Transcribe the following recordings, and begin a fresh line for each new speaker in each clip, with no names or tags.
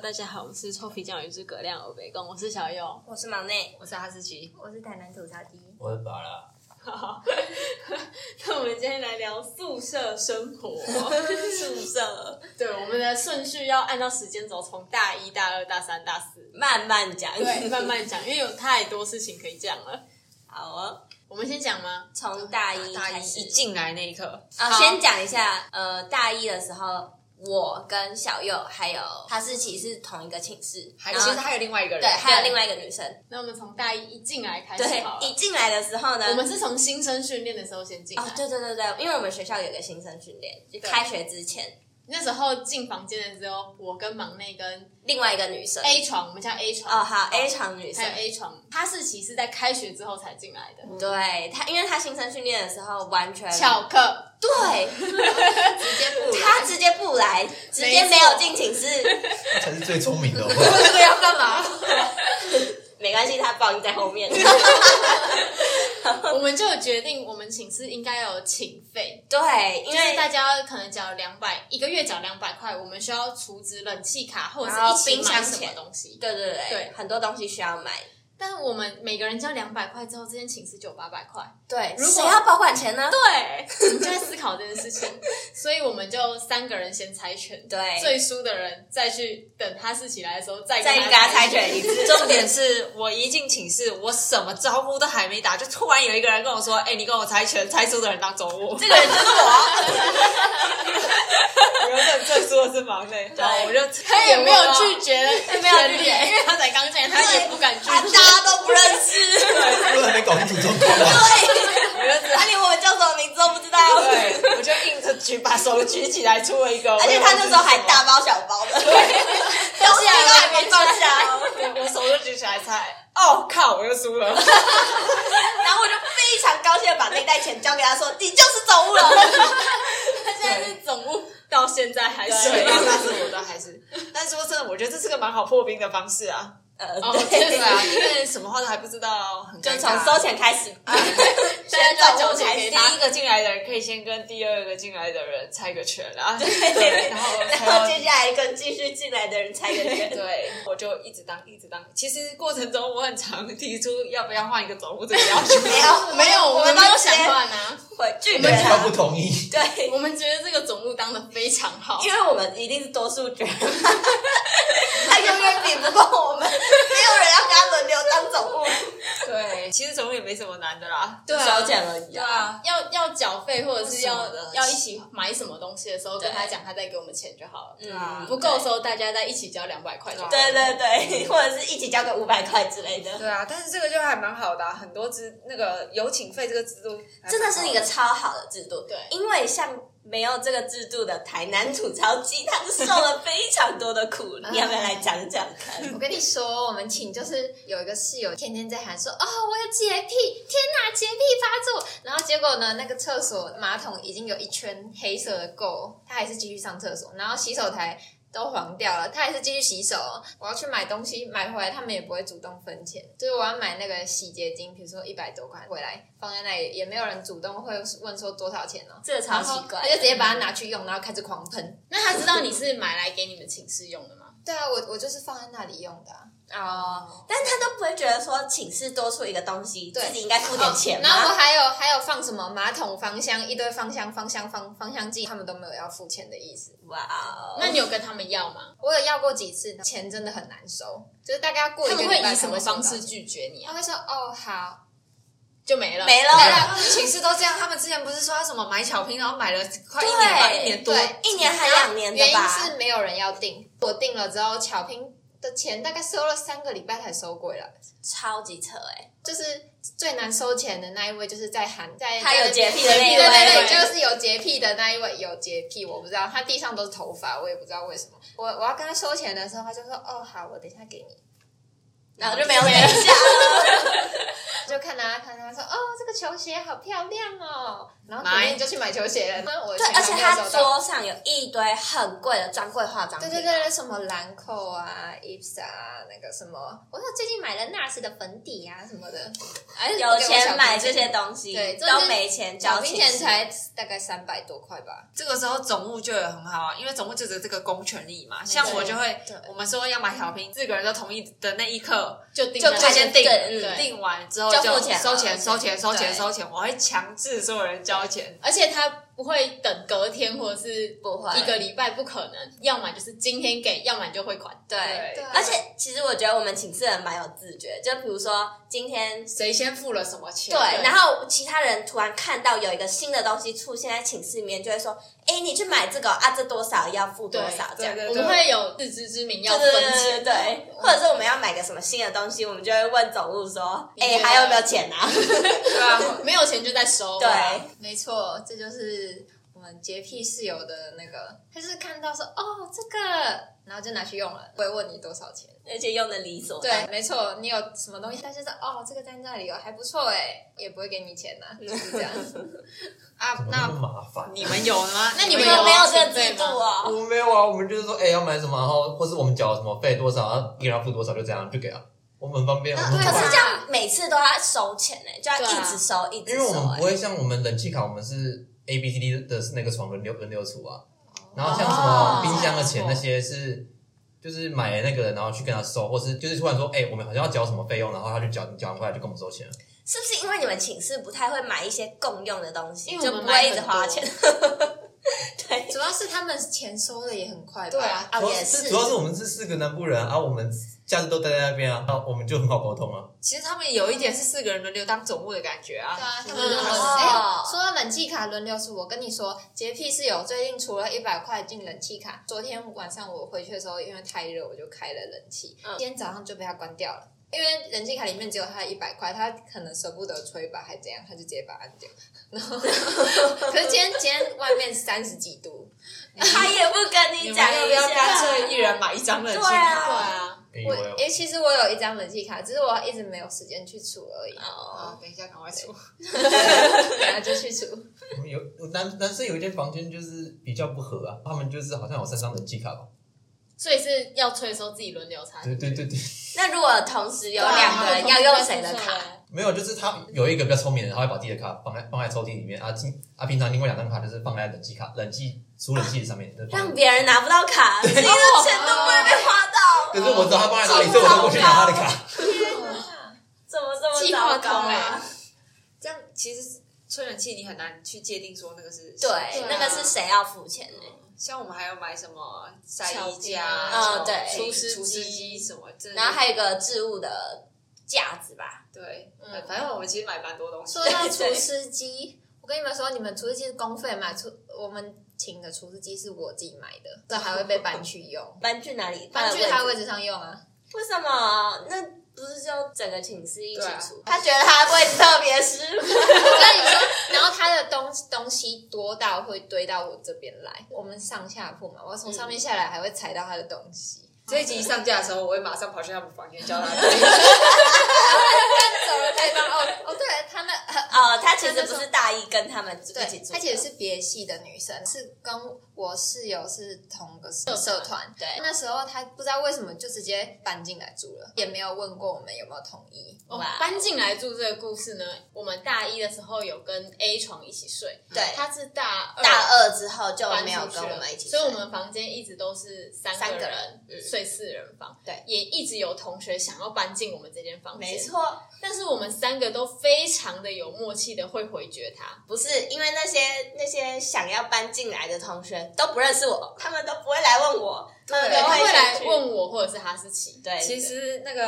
大家好，我们是臭皮匠与诸葛亮欧北共，我是小优。
我是忙内，
我是哈士奇，
我是台南吐槽机。
我是宝拉，
好， 那我们今天来聊宿舍生 活。
宿舍
对，我们的顺序要按照时间轴，从大一、大二、大三、大四，
慢慢讲，
对，慢慢讲，因为有太多事情可以讲了。
好哦。
我们先讲吗？
从大一
大
开
一
始
一，进来那一刻，
啊，
好
先讲一下，呃，大一的时候，我跟小右还有哈士奇是同一个寝室，
还
然
其
后
实还有另外一个人，
对，还有另外一个女生，
那我们从大一一进来开始
对
好，
一
了。
进来的时候呢，
我们是从新生训练的时候先进来，
哦，对对对对，因为我们学校有一个新生训练，就开学之前，
那时候进房间的时候，我跟忙内跟
另外一个女生
A 床，我们叫 A 床
哦，好 A 床女生
还有 A 床，哈士奇是在开学之后才进来的，
对她，因为她新生训练的时候完全
翘课，
对，
直接不
她 直接不来，直接没有进寝室，
他才是最聪明的。好不好
这个要干嘛？
没关系，她报应在后 面。
我们就有决定，我们寝室应该要有寝费，
对，因
因为
为
大家可能缴两百，一个月缴两百块，我们需要储值冷气卡或者
然后
是一起
冰
买
箱
什么
钱
东西。
对对对，
对
很多东西需要买。
但我们每个人交两百块之后，这间寝室就有八百块，
对，
如果
谁要保管钱呢？
对，我们就在思考这件事情，所以我们就三个人先猜拳，
对
最输的人再去等哈士奇来的时候再
再
跟
跟他猜
猜
拳一次。
重点是我一进寝室，我什么招呼都还没打，就突然有一个人跟我说：“哎、你跟我猜拳，猜输的人当总务。”这个人 就是我。原本最输的是忙内，然后我就
他也没有拒
绝，
绝， 没有拒绝，因为他才刚进来，他也不敢拒
啊，
绝。
大家都不认 识，
不然被搞清楚状况啊吗？
我就
他连我们叫什么名字都不知道。
对，我就硬着举把手举起来，出了一个。
而且他那时候还大包小包的， 东西
都
还
还
没
没
放
放
下
下，对我手就举起来猜，哦靠，我又输了。
然后我就非常高兴的把那袋钱交给他说：“你就是总务了。
他现在是总务，到现在还是。
对，要打死我都还是。但说真的，我觉得这是个蛮好破冰的方式啊。”
呃，
哦
对，
对
对啊， 因为什么话都还不知道，很
就
尴
从
尬
收。钱开始，
啊现在在交钱给
第
他
一，个进来的人可以先跟第二个进来的人猜个拳 啊，
对
然后
然
还
后
有
接下来跟继续进来的人 猜个拳。
对，我就一直当一直当。其实过程中我很常提出要不要换一个走路这个要求，
没有
没有，我
我
们没有
当时
想换啊。
我拒绝
但是他
了
不。同意，
对，
我们觉得这个总务当的非常好，
因为我们一定是多数决，他永远比不过我们，没有人要跟他轮流当总务，
对，其实走路也没什么难的啦。
对啊
收钱而已
对。啊，
要要缴费或者是要
什么的
要一起买什么东西的时候，
对
跟他讲，他再给我们钱就好了。啊
嗯，
不够的时候，大家再一起交两百块就好了。
对对对，或者是一起交个五百块之类的，
对啊，但是这个就还蛮好的啊、很多支那个有请费这个制度还蛮好，啊
真的是一个超好的制度。
对
因为像没有这个制度的台南吐槽机，他是受了非常多的 苦。
啊
你要不要来讲讲看？
我跟你说，我们寝就是有一个室友天天在喊说：“哦，我有洁癖！天哪，洁癖发作！”然后结果呢，那个厕所马桶已经有一圈黑色的垢，他还是继续上厕所。然后洗手台都黄掉了，他还是继续洗手。我要去买东西，买回来他们也不会主动分钱，就是我要买那个洗洁精，比如说一百多块回来放在那里，也没有人主动会问说多少钱哦。
这个超
然
奇
后
怪
他，就直接把它拿去用，然后开始狂喷。
那他知道你是买来给你们寝室用的吗？
对啊，我我就是放在那里用的、啊。
哦，但他都不会觉得说寝室多出一个东西，
对
自己应该付点钱
然哦后我
吗？
还有还有放什么马桶芳香，一堆芳香芳香芳芳香剂，他们都没有要付钱的意思。
哇哦，
那你有跟他们要吗？
我有要过几次，钱真的很难收，就是大概要过一
他
个
们
礼
会
拜
以什
才
么
收到
方式
钱？
拒绝你
他
啊？
会说哦好，
就没了，
没了，
对啊，寝室都这样。他们之前不是说要什么买巧拼，然后买了快一年吧，
对
一年多。
对，
一年还两年的
原因
吧？
是没有人要订，我订了之后，巧拼的钱大概收了三个礼拜才收回来。
超级扯哎、
就是最难收钱的那一位，就是在喊在
他有洁癖的
对
那一
对
位
对，对就是有洁癖的那一位有洁癖，我不知道他地上都是头发，我也不知道为什么。我我要跟他收钱的时候，他就说：“哦，好，我等一下给你。”
然后就没有等一下了。
就看他看他说哦，这个球鞋好漂亮哦，然后隔天就去买球鞋了。那我的
对
钱，
而且
还没有
他
收到
桌上有一堆很贵的专柜化妆
对
品，啊
对对，什么兰蔻啊、Ips 啊，那个什么，我说最近买了 NARS 的粉底啊什么的，哎
有钱买这些东西，
对这就
都
是
没钱交
小
情
冰钱才大概三百多块吧，
这个时候总务就有很好啊，因为总务就只有这个公权力嘛。像我就会
对，
我们说要买小瓶，四个人都同意的那一刻，
就定
就
了
最先定
对
嗯
定完之后
就
就
付钱了
收钱收钱收钱
对
收钱，我会强制所有人交钱。
而且他不会等隔天或者是
不会
一个礼拜，不可能，要么就是今天给，要么你就汇款。
对。
对
而且，其实我觉得我们寝室人蛮有自觉，就比如说今天
谁先付了什么钱？
对，然后其他人突然看到有一个新的东西出现在寝室里面，就会说：“哎，你去买这个啊，这多少要付多少？”这
对
样，
对
我
对
们会有自知之明要
对
分
对对对
钱，
对，或者是我们要买个什么新的东西，我们就会问总务说：“
你
哎，
觉得
还有没有钱啊
对啊，
没有钱就在？”收。
对，
没错，这就是我们洁癖室友的那个，他就是看到说哦这个，然后就拿去用了，不会问你多少钱。
而且用的理所当然
对，没错，你有什么东西，他就是哦这个在那里哦还不错哎，也不会给你钱呐、就是这样。
啊
怎么，那么
那
麻烦？
你们有吗？
那你
你
们
们没有
有
这个
请费
制度
吗
哦。
我没有啊，我们就是说，哎，要买什么，然后或是我们缴什么费多少，然后一人要付多少，就这样就给了，我们很方便。啊我
那
们
对
可
很
是这
快
样每次都要收钱呢、就要
对啊
一直收，一直
因为
收、
我们
欸
不。会像我们冷气卡，我们是 A B C D 的是那个床轮流轮流出啊。然后像什么冰箱的钱那些是，就是买那个人然后去跟他收，或是就是突然说，哎、我们好像要缴什么费用，然后他就缴缴完回来就跟我们收钱了。
是不是因为你们寝室不太会买一些共用的东西，
因为
就
我们
不
买
会一直
很
花
多
钱？ 对，
主要是他们钱收的也很快吧，
对啊，
啊
主要
也
主哦要是我们是四个南部人啊，我们假日都待在那边啊，那我们就很好沟通啊。
其实他们有一点是四个人轮流当总务的感觉
对
啊。
啊，他
嗯
们轮流出。
哦
哎、说到冷气卡轮流出，我跟你说，洁癖室友最近除了一百块进冷气卡，昨天晚上我回去的时候，因为太热，我就开了冷气，
嗯
今天早上就被他关掉了。因为冷气卡里面只有他一百块，他可能舍不得吹吧，还怎样，他就直接把它按掉。 然后，可是今天今天外面三十几度，
他也不跟
你
你
们
讲
要
一
不要干
下。
脆一人买一张冷气
对啊
卡？
对啊，
哎呦
我
喂
诶、其实我有一张冷气卡，只是我一直没有时间去除而已，
哦，
啊，等一下，赶快出。
然后就去除。
我们有男男生有一间房间就是比较不合啊，他们就是好像有三张冷气卡吧？
所以是要催收自己轮流查。
对对对对，
那如果同时有
对啊
两个人要用谁的
对
卡？？
没有，就是他有一个比较聪明的人，他会把自己的卡放在放在抽屉里面啊，今啊平常另外两张卡就是放在冷气卡冷气除冷气上面。就放在
让别人拿不到卡，自己的钱都不会被花到，
可是我知道他放在哪里，所以我都过去拿他的卡。
怎么这么
计
糟
划
糕
通
啊
哎？
这样其实吹冷气你很难去界定说那个是
对，
啊
那个是谁要付钱呢？
像我们还有买什么晒衣
巧
架
架
啊、
嗯对
厨
除湿
除
机
湿机什么，真的
然后还有一个置物的架子吧，
对，
嗯
反正我们其实买蛮多东西
嗯
说
的。
到厨师机，我跟你们说，你们厨师机是公费买，厨我们请的厨师机是我自己买的，这还会被搬去用，
搬去哪里？
搬去
放在
他
位
位
置
置上用啊。
为什么？那不是就整个寝室一起
对啊
住？他觉得他的位置特别湿，
我跟你说，然后他的东东西多到会堆到我这边来，我们上下铺嘛，我从上面下来还会踩到他的东西，
这一集上架的时候，我会马上跑去他们房间 叫他们。
走了开放哦哦，对他那
哦，他其实不是大一跟他们
对
一起，住的，
她其实是别系的女生，是跟我室友是同个社
社
社
团
团。
对
那时候她不知道为什么就直接搬进来住了，也没有问过我们有没有同意。
哦
哇，
搬进来住这个故事呢，我们大一的时候有跟 A 床一起睡，
对
他是大二
大二之后就
搬
没有
出去
跟
了，
我们一起
所
睡，
以我们房间一直都是三
三个
个
人嗯
睡四人房，
对
也一直有同学想要搬进我们这间房间，
没。错，
但是我们三个都非常的有默契的会回绝他，
不是因为那些那些想要搬进来的同学都不认识我，他们都不会来问我，他们
对，
都
他会
先
来
去
问我或者是哈士奇，
对，
其实那个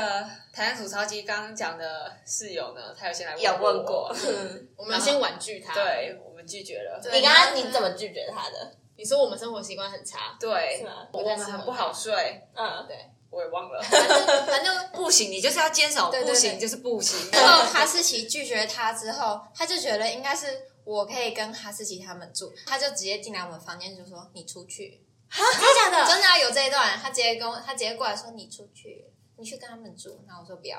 台南吐槽机刚刚讲的室友呢，他有先来
有问
过
过嗯
我，，
我们先婉拒他。，
对我们拒绝了。
对
你刚刚你怎么拒绝他的？
你说我们生活习惯很 差，
对
是，吗？
我们很不好睡，
嗯，
对，
我也 忘了。
反 正反正
不行，你就是要坚守，
对对
不
对
行就是不行。
最后哈士奇拒绝他之后，他就觉得应该是我可以跟哈士奇他们住，他就直接进来我们房间就说你出去，
真的假的？
真的啊、有这一段，他直接跟我他直接过来说你出去，你去跟他们住，然后我说不要，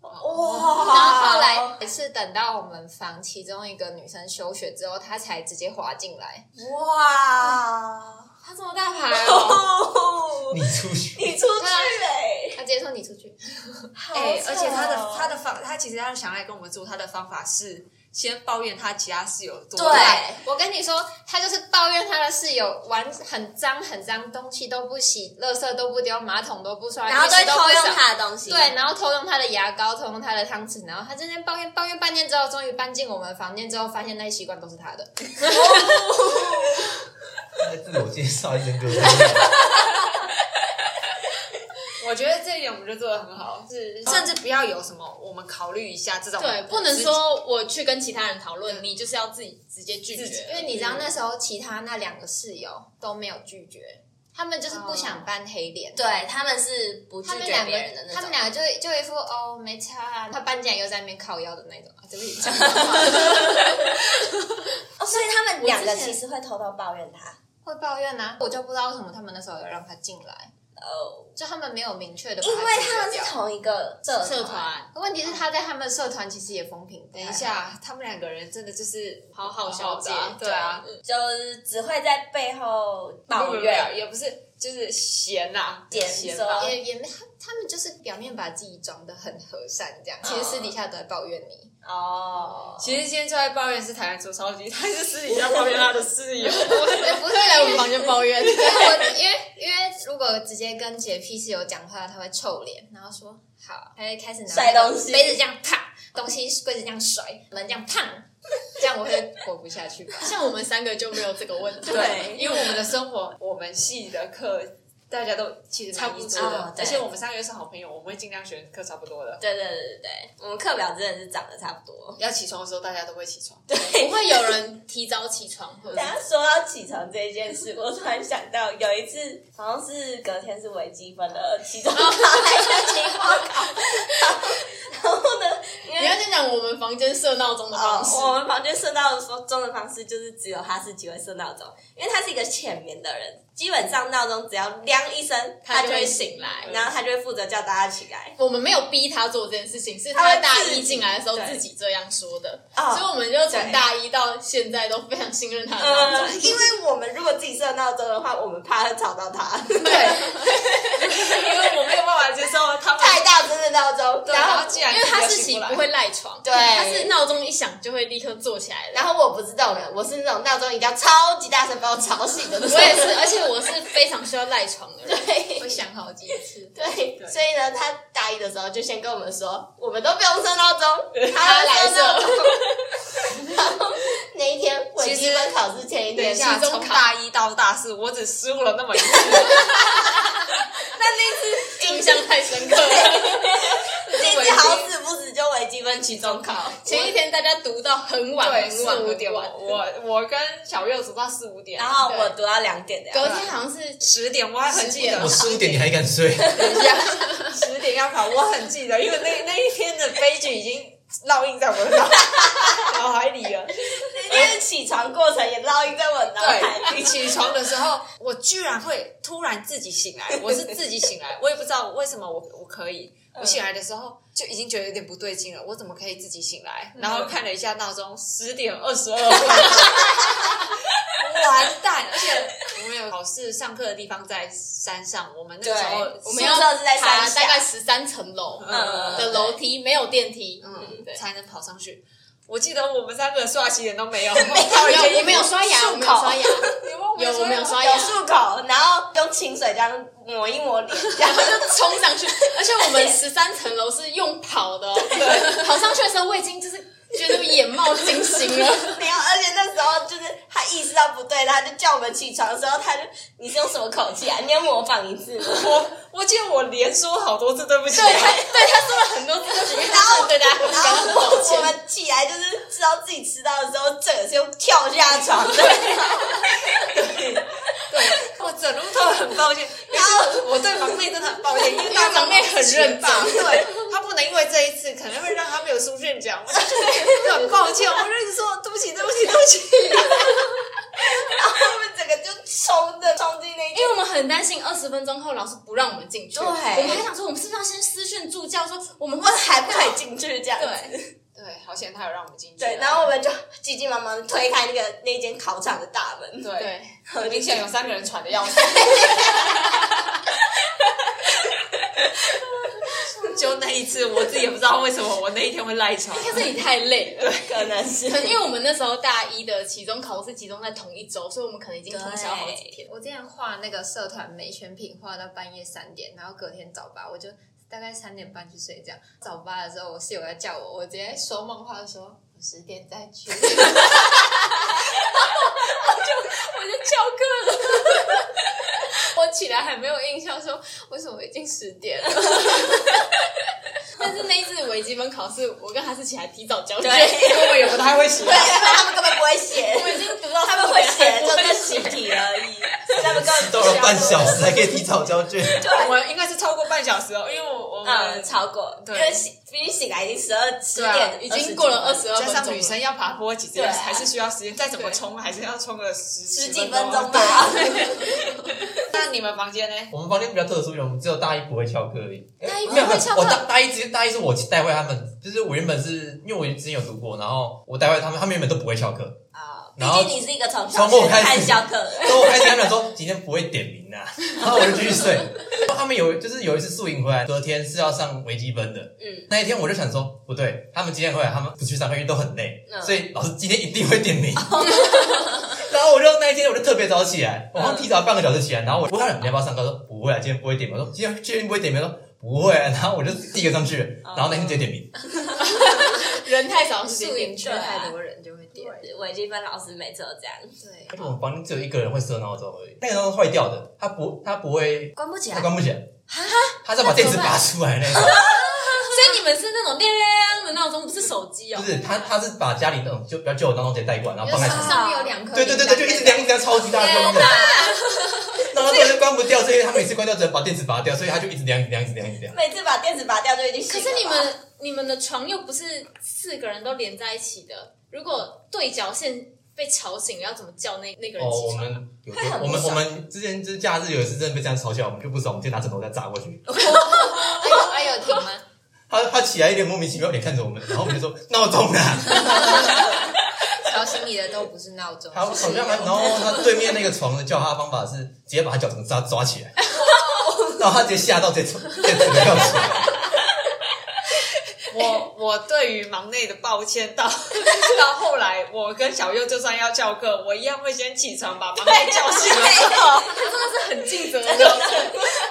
哇
然后后来也是等到我们房其中一个女生休学之后，她才直接滑进来。
哇，
他这么大牌哦，
你出去，
你出去嘞、
她直接说你出去，
好
哎、
扯
而且他的
哦
他的方，他其实他想来跟我们住，他的方法是先抱怨他其他室友多
对
烂
我跟你说，她就是抱怨她的室友玩很脏很脏，东西都不洗，垃圾都不丢，马桶都不刷，
然后
浴
都
室
会
都
偷
不
用
扫
他的东西，
对，然后偷用他的牙膏，偷用他的汤匙，然后他这边抱怨抱怨半天之后，终于搬进我们房间之后，发现那些习惯都是他的。
在自我介绍一整个。
我觉得这一点我们就做的很好，是甚至不要有什么，我们考虑一下这种
对，不能说我去跟其他人讨论，你就是要自己直接拒
自己
绝。
因为你知道那时候其他那两个室友都没有拒绝，他们就是不想扮黑脸。
对他们是不嗯拒
他们
绝
两
别人的
个，
那种，
他们两个就就一副哦没差、啊，他搬进来又在那边靠腰的那种啊，对不起，
哦，所以他们两个
我之前
其实会偷偷抱怨他。
会抱怨啊，我就不知道为什么他们那时候有让他进来，
哦，
就他们没有明确的，
因为他们是。同一个社
社
团，
团
问题是他在他们社团其实也风评不太
等
好，
一下，他们两个人真的就是
好好小姐
好好的对啊，
就是只会在背后抱
不不不
怨。
也不是就是闲呐、啊，
闲
闲
着
吧。
也也没，他他们就是表面把自己装的很和善这样，其实私底下都在抱怨你。
哦，
其实今天最爱抱怨是台湾做超级，他是私底下抱怨他的室友。
哦
不是
来我 们房间抱怨，
因为我因为因为如果直接跟洁癖室友讲话，他会臭脸，然后说好，他会开始拿
摔东西
杯子这样啪，东西柜子这样甩，门这样砰，这样我会活不下去吧。
像我们三个就没有这个问题。
对，因为我们的生活，我们系的课大家都其实蛮一致
差不多
的，
对
而且我们三个又是好朋友，我们会尽量选课差不多的。
对对对对对，我们课表真的是长得差不多。
要起床的时候，大家都会起床。
不会有人提早起床，或者
等一下说到起床这件事，我突然想到有一次，好像是隔天是微积分的期中考还是期末考，然后呢，因
你
为
要先讲我们房间设闹钟的
哦
方， 式。
我们房间设闹钟的方式就是只有他自己会设闹钟，因为他是一个浅眠的人，基本上闹钟只要亮一声，
他
就
就
会
会
醒
醒来
然后他就会负责叫大家起来。
我们没有逼他做这件事情，是
他
他
会
大
自己
一进来的时候
对
自己这样说的，
哦
所以我们就从大一到现在都非常信任他的闹
呃，
钟。
因为我们如果自己设闹钟的话，我们怕会吵到 他，
因为我没有办法接受他们
太大声的闹钟。
对
然
然
后
后，既然
因为他是
自己
起不
醒来
会赖床，
对
他是闹钟一响就会立刻坐起来的。
然后我不是这种人，我是那种闹钟一定要超级大声把我吵醒的那种。
我也是，而且我是非常需要赖床的人。
对。
会想好几次，
对，
对
所以呢，他大一的时候就先跟我们说，我们都不用设闹 钟，
他
来
来
设闹
设
钟。然后那一天，我积分考试前一
等一
天，
下，
期中
从
考
大一到大四，我只失误了那么一次，
印象太深刻了。
这次好死不死就微积分期中考，
前一天大家读到很晚
对，
很晚
四五
很
点，我
晚，
我我跟小月读到四五点，
然后
对
我读到两点的样
隔
子，
天好像是
十点我还很记得，
我十五点你还敢 睡？
等一下，十点要考，我很记得，因为那那一天的悲剧已经烙印在我的脑脑海里了。
那天起床过程也烙印在我脑海
对，
里。
起床的时候，我居然会突然自己醒 来，我是自己醒来，我也不知道为什么我我可以。
嗯
我醒来的时候就已经觉得有点不对劲了，我怎么可以自己醒来？
嗯
然后看了一下闹钟，十点二十二分，完蛋！而且我们有考试上课的地方在山上，我们那个时候
对
我
宿
们
舍
要
是在山
爬
下
大概十三层楼
嗯
的楼梯，没有电梯。
嗯
对
才能跑上去。我记得我们三个刷洗脸都没有，没
没 有，我没有刷牙，我没有刷牙，
有
有我没有刷牙
有漱口，然后用清水这样抹一抹脸，这样
然后就冲上去，而且我们十三层楼是用跑的、哦，跑上去的时候我已经就是觉得眼冒金星啊 了，
没有，而且那时候就是他意识到不对，他就叫我们起床的时候，他就你是用什么口气啊？你要模仿一次吗？
我我记得我连说好多次对不起，啊
对 他对他说了很多次对不起，因为
然
他真
后
的对大家很
然后
感抱
我
歉。
们起来就是知道自己迟到的时候，整个是用跳下床的。
我整路都很抱歉， 然后我对忙内真的很抱 歉，因为大
忙内很认真
对他不能因为这一次可能会让他没有书卷奖，我就觉得很抱歉，我就一直说对不起，对不起，对不起。
然后我们整个就冲的冲进那
因为
个，
我们很担心二十十分钟后老师不让我们进去，
对
我们还想说我们是不是要先私讯助教说我们会
还不可以进去这样子。
对，好险他有让我们进去啊。
对，然后我们就急急忙忙地推开那个那间考场的大门，
对，
对，
很明显有三个人喘的要死。 就那一次，我自己也不知道为什么我那一天会赖床。
但是你太累了，
可能是
可能因为我们那时候大一的期中考试集中在同一周，所以我们可能已经通宵好几天。
我之前画那个社团美选品，画到半夜三点，然后隔天早八，我就大概三点半去睡觉。早八的时候，我室友来叫我，我直接说梦话说，我十点再去。 我就翘课了。 我起来还没有印象，说为什么已经十点了。
但是那一次微积分考试，我跟哈士奇还提早交卷，
对
因为我也不太会 写
对，因为他们根本不会写，
我们已经读到
他们会写就是习题而已，他们根 本
到了半小时还可以提早交卷，
我们应该是超过半小时哦，因为我我
嗯，
们
超过，因
对
为醒毕竟醒来已经十二十
对啊
点，
已经过了二十二
加
分
上
钟
女生要爬坡，其实
对啊
还是需要时间，再怎么冲还是要冲个十
十
十
几分
分
钟
钟
吧。。
那你们房间呢？
我们房间比较特殊一点，我们只有大一不会翘课而已。
大一不
没有，没
会
有
翘
我
课，
大大一直接大一是我带会他们，就是我原本是因为我之前有读过，然后我带会他们，他们原本都不会翘课，
啊，毕
然后
竟你是一个从小
从我
学
开始
看小课，
所以我开始跟他们讲说今天不会点名呐、 然后我就继续睡。然后他们有就是有一次宿营回来，隔天是要上微积分的，
嗯，
那一天我就想说不对，他们今天回来，他们不去上课因为都很累，
嗯哦
所以老师今天一定会点名。 然后我就那一天我就特别早起来，我好像提早半个小时起来，然后我我问他你要不要上课，他说不会啊，今天不会点名。我说今天确定不会点名，他说不会、啊， 然后我就第一个上去了，
哦
然后那天直接点名。
人太 少，
宿营缺
对啊
太多人就会点。
微积分老师每次都这样，
对，
而且我们房间只有一个人会设闹钟而已，那个闹钟是坏掉的，它不它不会，
关不起
它
来，
关不起来，它是要把电池拔出来那种，
所以你们是那种亮亮的闹钟，不是手机哦
不。是它它是把家里那种就比较旧的闹钟直接带过来，然后
就
放
是
在床上，
上面有两颗
对
铃铛，
对对对，就一直亮一直亮超级大声， 然后那个就关不掉，所以它每次关掉只能把电池拔掉，所以它就一直亮一直亮一直亮一直亮，
每次把电池拔掉就已经
可
醒了吧。
是你 们你们的床又不是四个人都连在一起的，如果对角线被吵醒了，要怎么叫那那个人
哦，我
起床？
们有
会很
我们
不
我
爽
们之前就是假日有一次真的被这样嘲笑，我们就不爽，我们就拿枕头再砸过去。
哎呦哎呦，停吗？
他他起来一脸莫名其妙，脸看着我们，然后我们就说闹钟啊啦。
吵醒你的都不是闹钟，
他好
是
像还，
室友
然后他对面那个床的叫他的方法是直接把他脚从抓抓起 来，然后他直接吓到直接从直接整个跳起来。
我 我对于忙内的抱歉到 到后来，我跟小右就算要翘课，我一样会先起床把忙内叫醒了。
很尽责 的，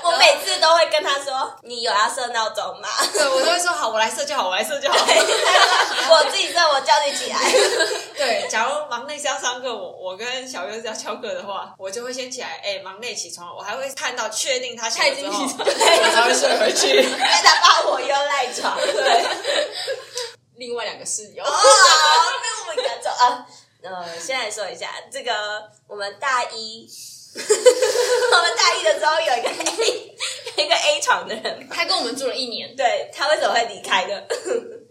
我每次都会跟他说：“你有要设闹钟吗？
对，我都会说好，我来设就好，我来设就好。
我自己设，我叫你起来。
对，假如忙内是要上课，我我跟小优是要翘课的话，我就会先起来，哎、忙内起床，我还会看到确定他醒了之后，
他
我才会睡回 去。”
因为他怕我又赖床。对，
另外两个室友，
哦，被我们赶走啊。呃，先来说一下这个，我们大一， 我们大一的时候有一个 A 有一个 A 床的人，
他跟我们住了一年，
对他为什么会离开呢？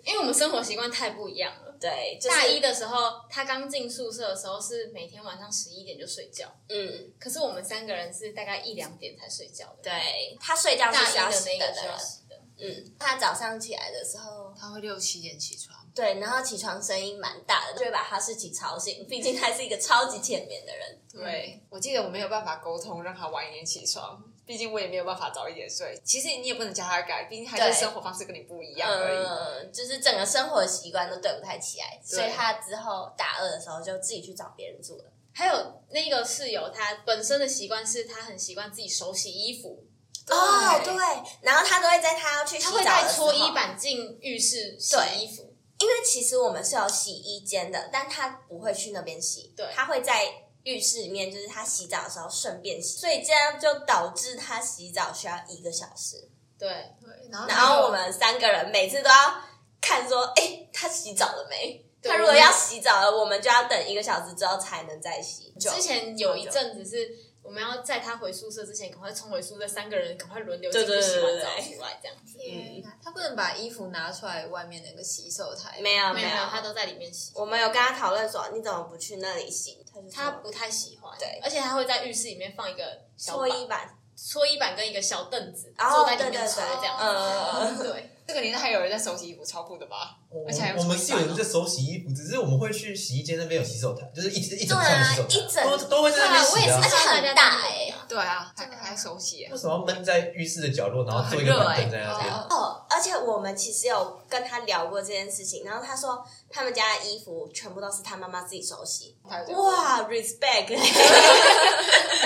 因为我们生活习惯太不一样了。
对，就是
大一，的时候，他刚进宿舍的时候是每天晚上十一点就睡觉，
嗯，
可是我们三个人是大概一两点才睡觉的。，
对他睡觉
大
是
一
需要
的
熄
那
灯
个
的
需
人
要，熄灯，
嗯，他早上起来的时候，
他会六七点起床，
对，然后起床声音蛮大的，就会把哈士奇吵醒。毕竟他是一个超级浅眠 的人，
对我记得我没有办法沟通，让他晚一点起床。毕竟我也没有办法早一点睡，其实你也不能叫他改，毕竟他
对
的生活方式跟你不一样而已。
嗯，就是整个生活习惯都对不太起来，所以他之后大二的时候就自己去找别人住了。
还有那个室友，他本身的习惯是他很习惯自己手洗衣服，
哦，对，然后他都会在他要去洗
他
澡
会
的
带
时候
搓衣，板进浴室洗衣服，
因为其实我们是有洗衣间的，但他不会去那边洗，
对
他会在。浴室里面就是他洗澡的时候顺便洗，所以这样就导致他洗澡需要一个小时。
对，
对，
哦
然后
然后我们三个人每次都要看说，哎、他洗澡了没？
对
他如果要洗澡了，我们就要等一个小时之后才能再洗。
之前有一阵子是我们要在他回宿舍之前，赶快冲回宿舍，三个人赶快轮流进去
对对
洗
对
完
对
澡
对
出来，这样子。
天哪他不能把衣服拿出来外面那个洗手台，
没有
没有，没有，他
他都
都在里面洗。
我们有跟他讨论说，你怎么不去那里洗？他就说
他不太喜欢，
对
而且他会在浴室里面放一个小
搓
板，
衣板，
搓衣板跟一个小凳子
哦
坐在里
对
面
对
搓
对
这样。
嗯
对，
这个年代还有人在手洗衣服，超酷的吧？
我
而且还有
我们
洗
是
碗
有人在手洗衣服，只是我们会去洗衣间那边有洗手台，就是一直一整
对
串
啊
的洗手台，
一整
都都会在那边
我也
洗
是
啊
而。且很大哎、
对啊，还还手洗耶，
为什么要闷在浴室的角落，然后做一
很
个
热
板
哎
凳在那边？
哦
哦，而且我们其实有跟他聊过这件事情，然后他说他们家的衣服全部都是他妈妈自己手洗，
还有这个
哇，respect，
你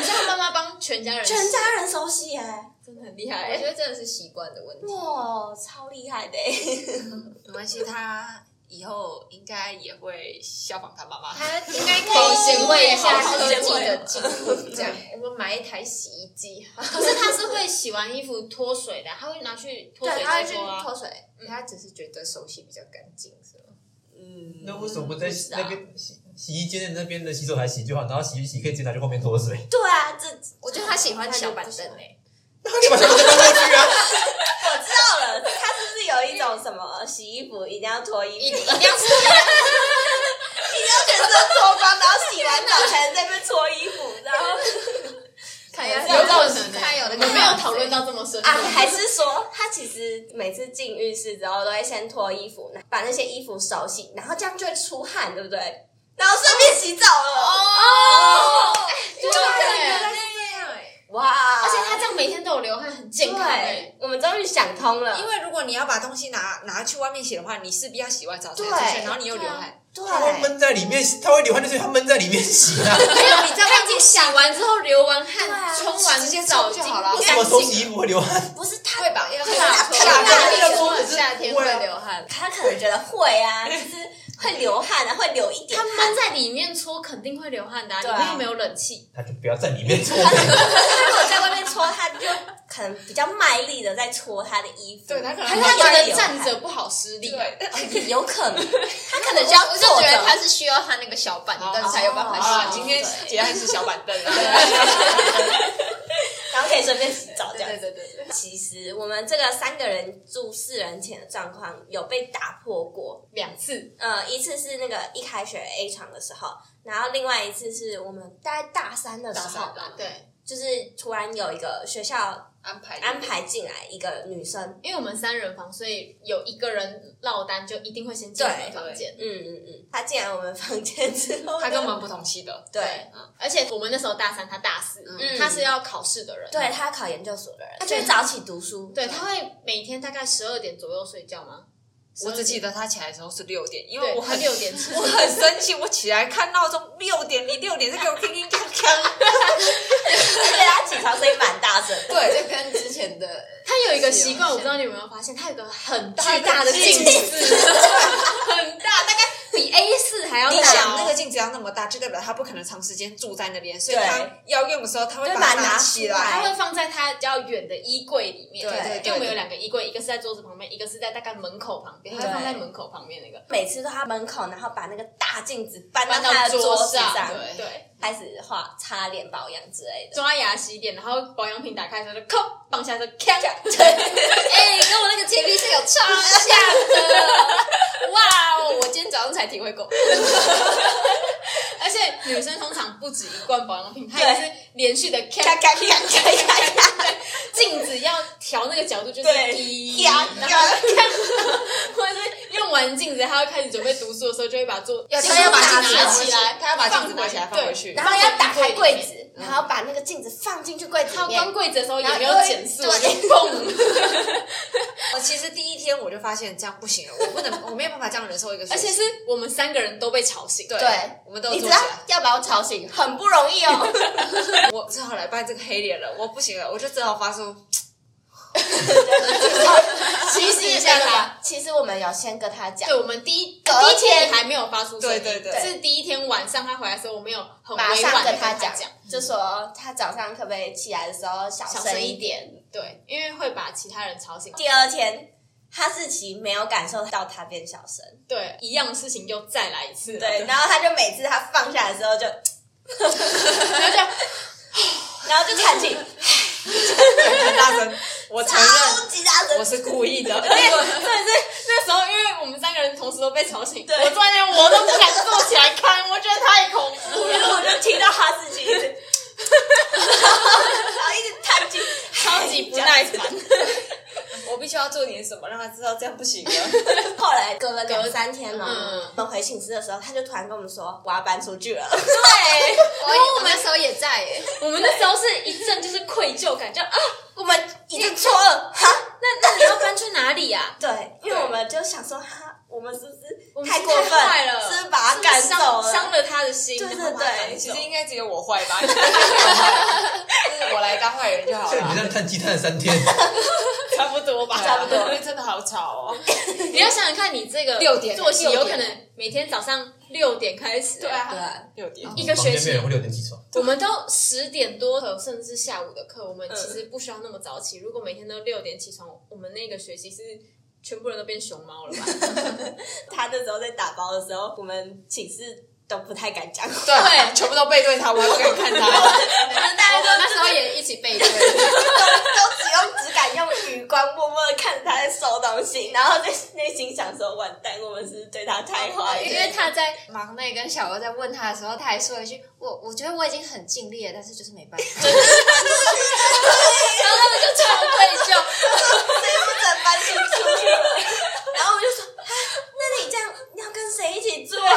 知道妈妈帮全家人洗
全家人手洗哎、
真的很厉
我觉
害。
得真的是习惯的问题。
哇，超厉害的、欸
没关系，他以后应该也会效仿他妈妈。
他应该可
好
以
贤
欣慰一下
惠
科
好贤
技
惠
的进步，这样我们买一台洗衣机，
可是她是会洗完衣服脱水的，她会拿去脱水
对，他会
机
去
脱啊。
脱水，他只是觉得手洗比较干净，是吗？
嗯，
那为什么不在
不知道
那边洗洗衣间的那边的洗手台洗就好，然后洗一洗可以直接拿去后面脱水？
对啊，这
我觉得他喜欢小板凳 诶、
那你把它扔过去啊！
我知道了，他是不是有一种什么洗衣服一定要脱
一
衣服，
定一定要是
一定要全身脱光，然后洗完澡才能在那边脱衣服，然后
看一下
有可能
看有的
我们没有讨论到这么深入
啊，还是说他其实每次进浴室之后都会先脱衣服，把那些衣服手洗，然后这样就会出汗，对不对？然后顺便洗澡了。
哦，
有
对，啊
可
而
能
这样欸诶、
哇！
且她这样每天都有流汗，很健康哎。
对，欸我们终于想通了
因。为如果你要把东西拿拿去外面洗的话，你势必要洗完澡才
对
能出去，然后你又流汗，
对，
它会闷在里面，它会流汗，就是它闷在里面洗啊。
没有你在外
她已
面
经
洗，
洗完之后流完
对啊
汗，冲完
直接冲就好了
为什么手洗衣服会流汗？
不是他
会吧？要
对啊
夏天
对啊
夏天会流汗，
他可能觉得会啊， 就是会流汗啊，会流一点
他
汗。
闷在里面搓肯定会流汗的啊，里
对啊
面又没有冷气，
它就不要在里面搓。
他如果在外面搓，他就可能比较卖力的在搓他的衣服。
对他可能
还是
他
他
有
觉
点
得站着不好施力啊，
着
对，
有可能，他可能就要
我就
坐
觉得他
着。
是需要他那个小板凳才有办
好
法洗。
啦，啊今天结案是小板凳啊，
然后可以顺便洗澡这
对
样
对对对对，
其实我们这个三个人住四人寝的状况有被打破过，
两次
呃，一次是那个一开学 A 床的时候，然后另外一次是我们大概大三的时候吧，
对，
就是突然有一个学校
安排
安排进来一个女生，
因为我们三人房，所以有一个人落单就一定会先进我们房间。
嗯嗯嗯，她进来我们房间之后，
他跟我们不同期的，
对。
而且我们那时候大三，他大四，
嗯
他是要考试的人，
对她考研究所的人，她就会早起读书。
对，他会每天大概十二点左右睡觉吗？
我只记得他起来的时候是六点，因为
对，
我
他
很
六点起
我很生气，我起来看闹钟六点，你六点在给我叮叮当当。
而且她起床声音蛮大声的。
对，就跟之前的
他有一个习惯，我不知道你有没有发现，他有个很巨大的
镜
镜
子
子，很大，大概比 A 四还要
你想那
大
个
哦。
镜子要那么大，就代表他不可能长时间住在那边，所以
对
他要用的时候他会
就
把
把它
它
拿
拿
出
起
来
来。
他会放在他比较远的衣柜里面，
对对
因为我们
对
有两个衣柜，一个是在桌子旁边，一个是在大概门口旁边，他会
对
放在门口旁边那个
每次都她门口，然后把那个大镜子搬
搬
她
到
的桌子
上，
上，
对对，
开始画擦脸保养之类的。
刷牙洗脸，然后保养品打开的时候就扣，放下就 咔，
哎、跟我那个洁癖是有超像的。哇哦，我今天早上才体会过。
而且女生通常不止一罐保养品，她也是连续的
咔
咔，
咔咔咔咔咔，
镜子要调那个角度就是
对
滴，
咔
然后
咔，
或者是用完镜子，她要开始准备读书的时候，就会把做
要
镜
他要把镜
拿
子拿
起来，
他要把镜子拿
回
起来放
对
回去。
然后要打开柜子，然后把那个镜子放进去柜子
她
里
要
面
关。柜子的时候也没有
然后
减速，
对
就砰！
我呃其实第一天我就发现这样不行了，我不能，我没有办法这样忍受一个学
而
期。
且是我们三个人都被吵醒，对
对，
我们都
你
有
只
坐
要
起来，
要把我吵醒，很不容易哦。
我只好来扮这个黑脸了，我不行了，我就只好发出。
其
醒一
实
下他
其实我们有先跟他讲
对，，我们第一
隔
第一
天
天还没有发出声音，
对对对
是第一天晚上他回来的时候，我没有很
马
委
上
婉的
跟他
讲
讲，，就说他早上可不可以起来的时候小
小
声
声
一
一
点。
点，对，因为会把其他人吵醒。
第二天。哈士奇没有感受到他变小声，
对，一样的事情又再来一次，
对，然后他就每次他放下的时候就，
然后就
然后就叹气，
很大声，我承认
超级大声
我，是故意的。
那时候，因为我们三个人同时都被吵醒，
对
我突然间我都不敢坐起来看，我觉得太恐怖
然
了。
后我就听到哈士奇一直，然后一直叹气，
须要做点什么，让他知道这样不行了。
后来隔了两三天呢，
嗯
我们回寝室的时候，他就突然跟我们说我要搬出去了。
对，我我那时候也在耶，
我们那时候是一阵就是愧疚感，就啊，
我们已经错了哈，
那 那你要搬去哪里啊呀、
对，因为我们就想说哈，我们是不
我
是
们是
过分
太坏了
是不是把他啊赶走
伤
了？
伤了他的心，
对
然后把他
对对，
赶
哎其
走
实应该只有我坏吧，就是我来当坏人就好
像你
了，
这样看鸡蛋三天，
差不多吧，
对
差
啊
不多。
因为真的好吵哦。
你要想想看，你这个
六点
作息，
六
有
点
可能每天早上六点开始，
对
对
啊，六点。
一个
房
学
间没有
期
人会六点起床。
我们都十点多课，甚至下午的课，我们
嗯
其实不需要那么早起。如果每天都六点起床，我们那个学期是全部人都变熊猫 了吧？
他那时候在打包的时候，我们寝室都不太敢讲话。
对，全部都背对他，我还不敢看
我
他。
们那时候也一起背对，
都只用只敢用余光默默的看着他在收东西，然后在内心想说：完蛋，我们是不是对哦他太坏
因
了。
为他在忙内跟小欧在问他的时候，他还说了一句：“我我觉得我已经很尽力了，但是就是没办法。
然后他们就超愧疚，
不准搬出去了。 然后我们就说：啊那你这样你要跟谁一起住啊？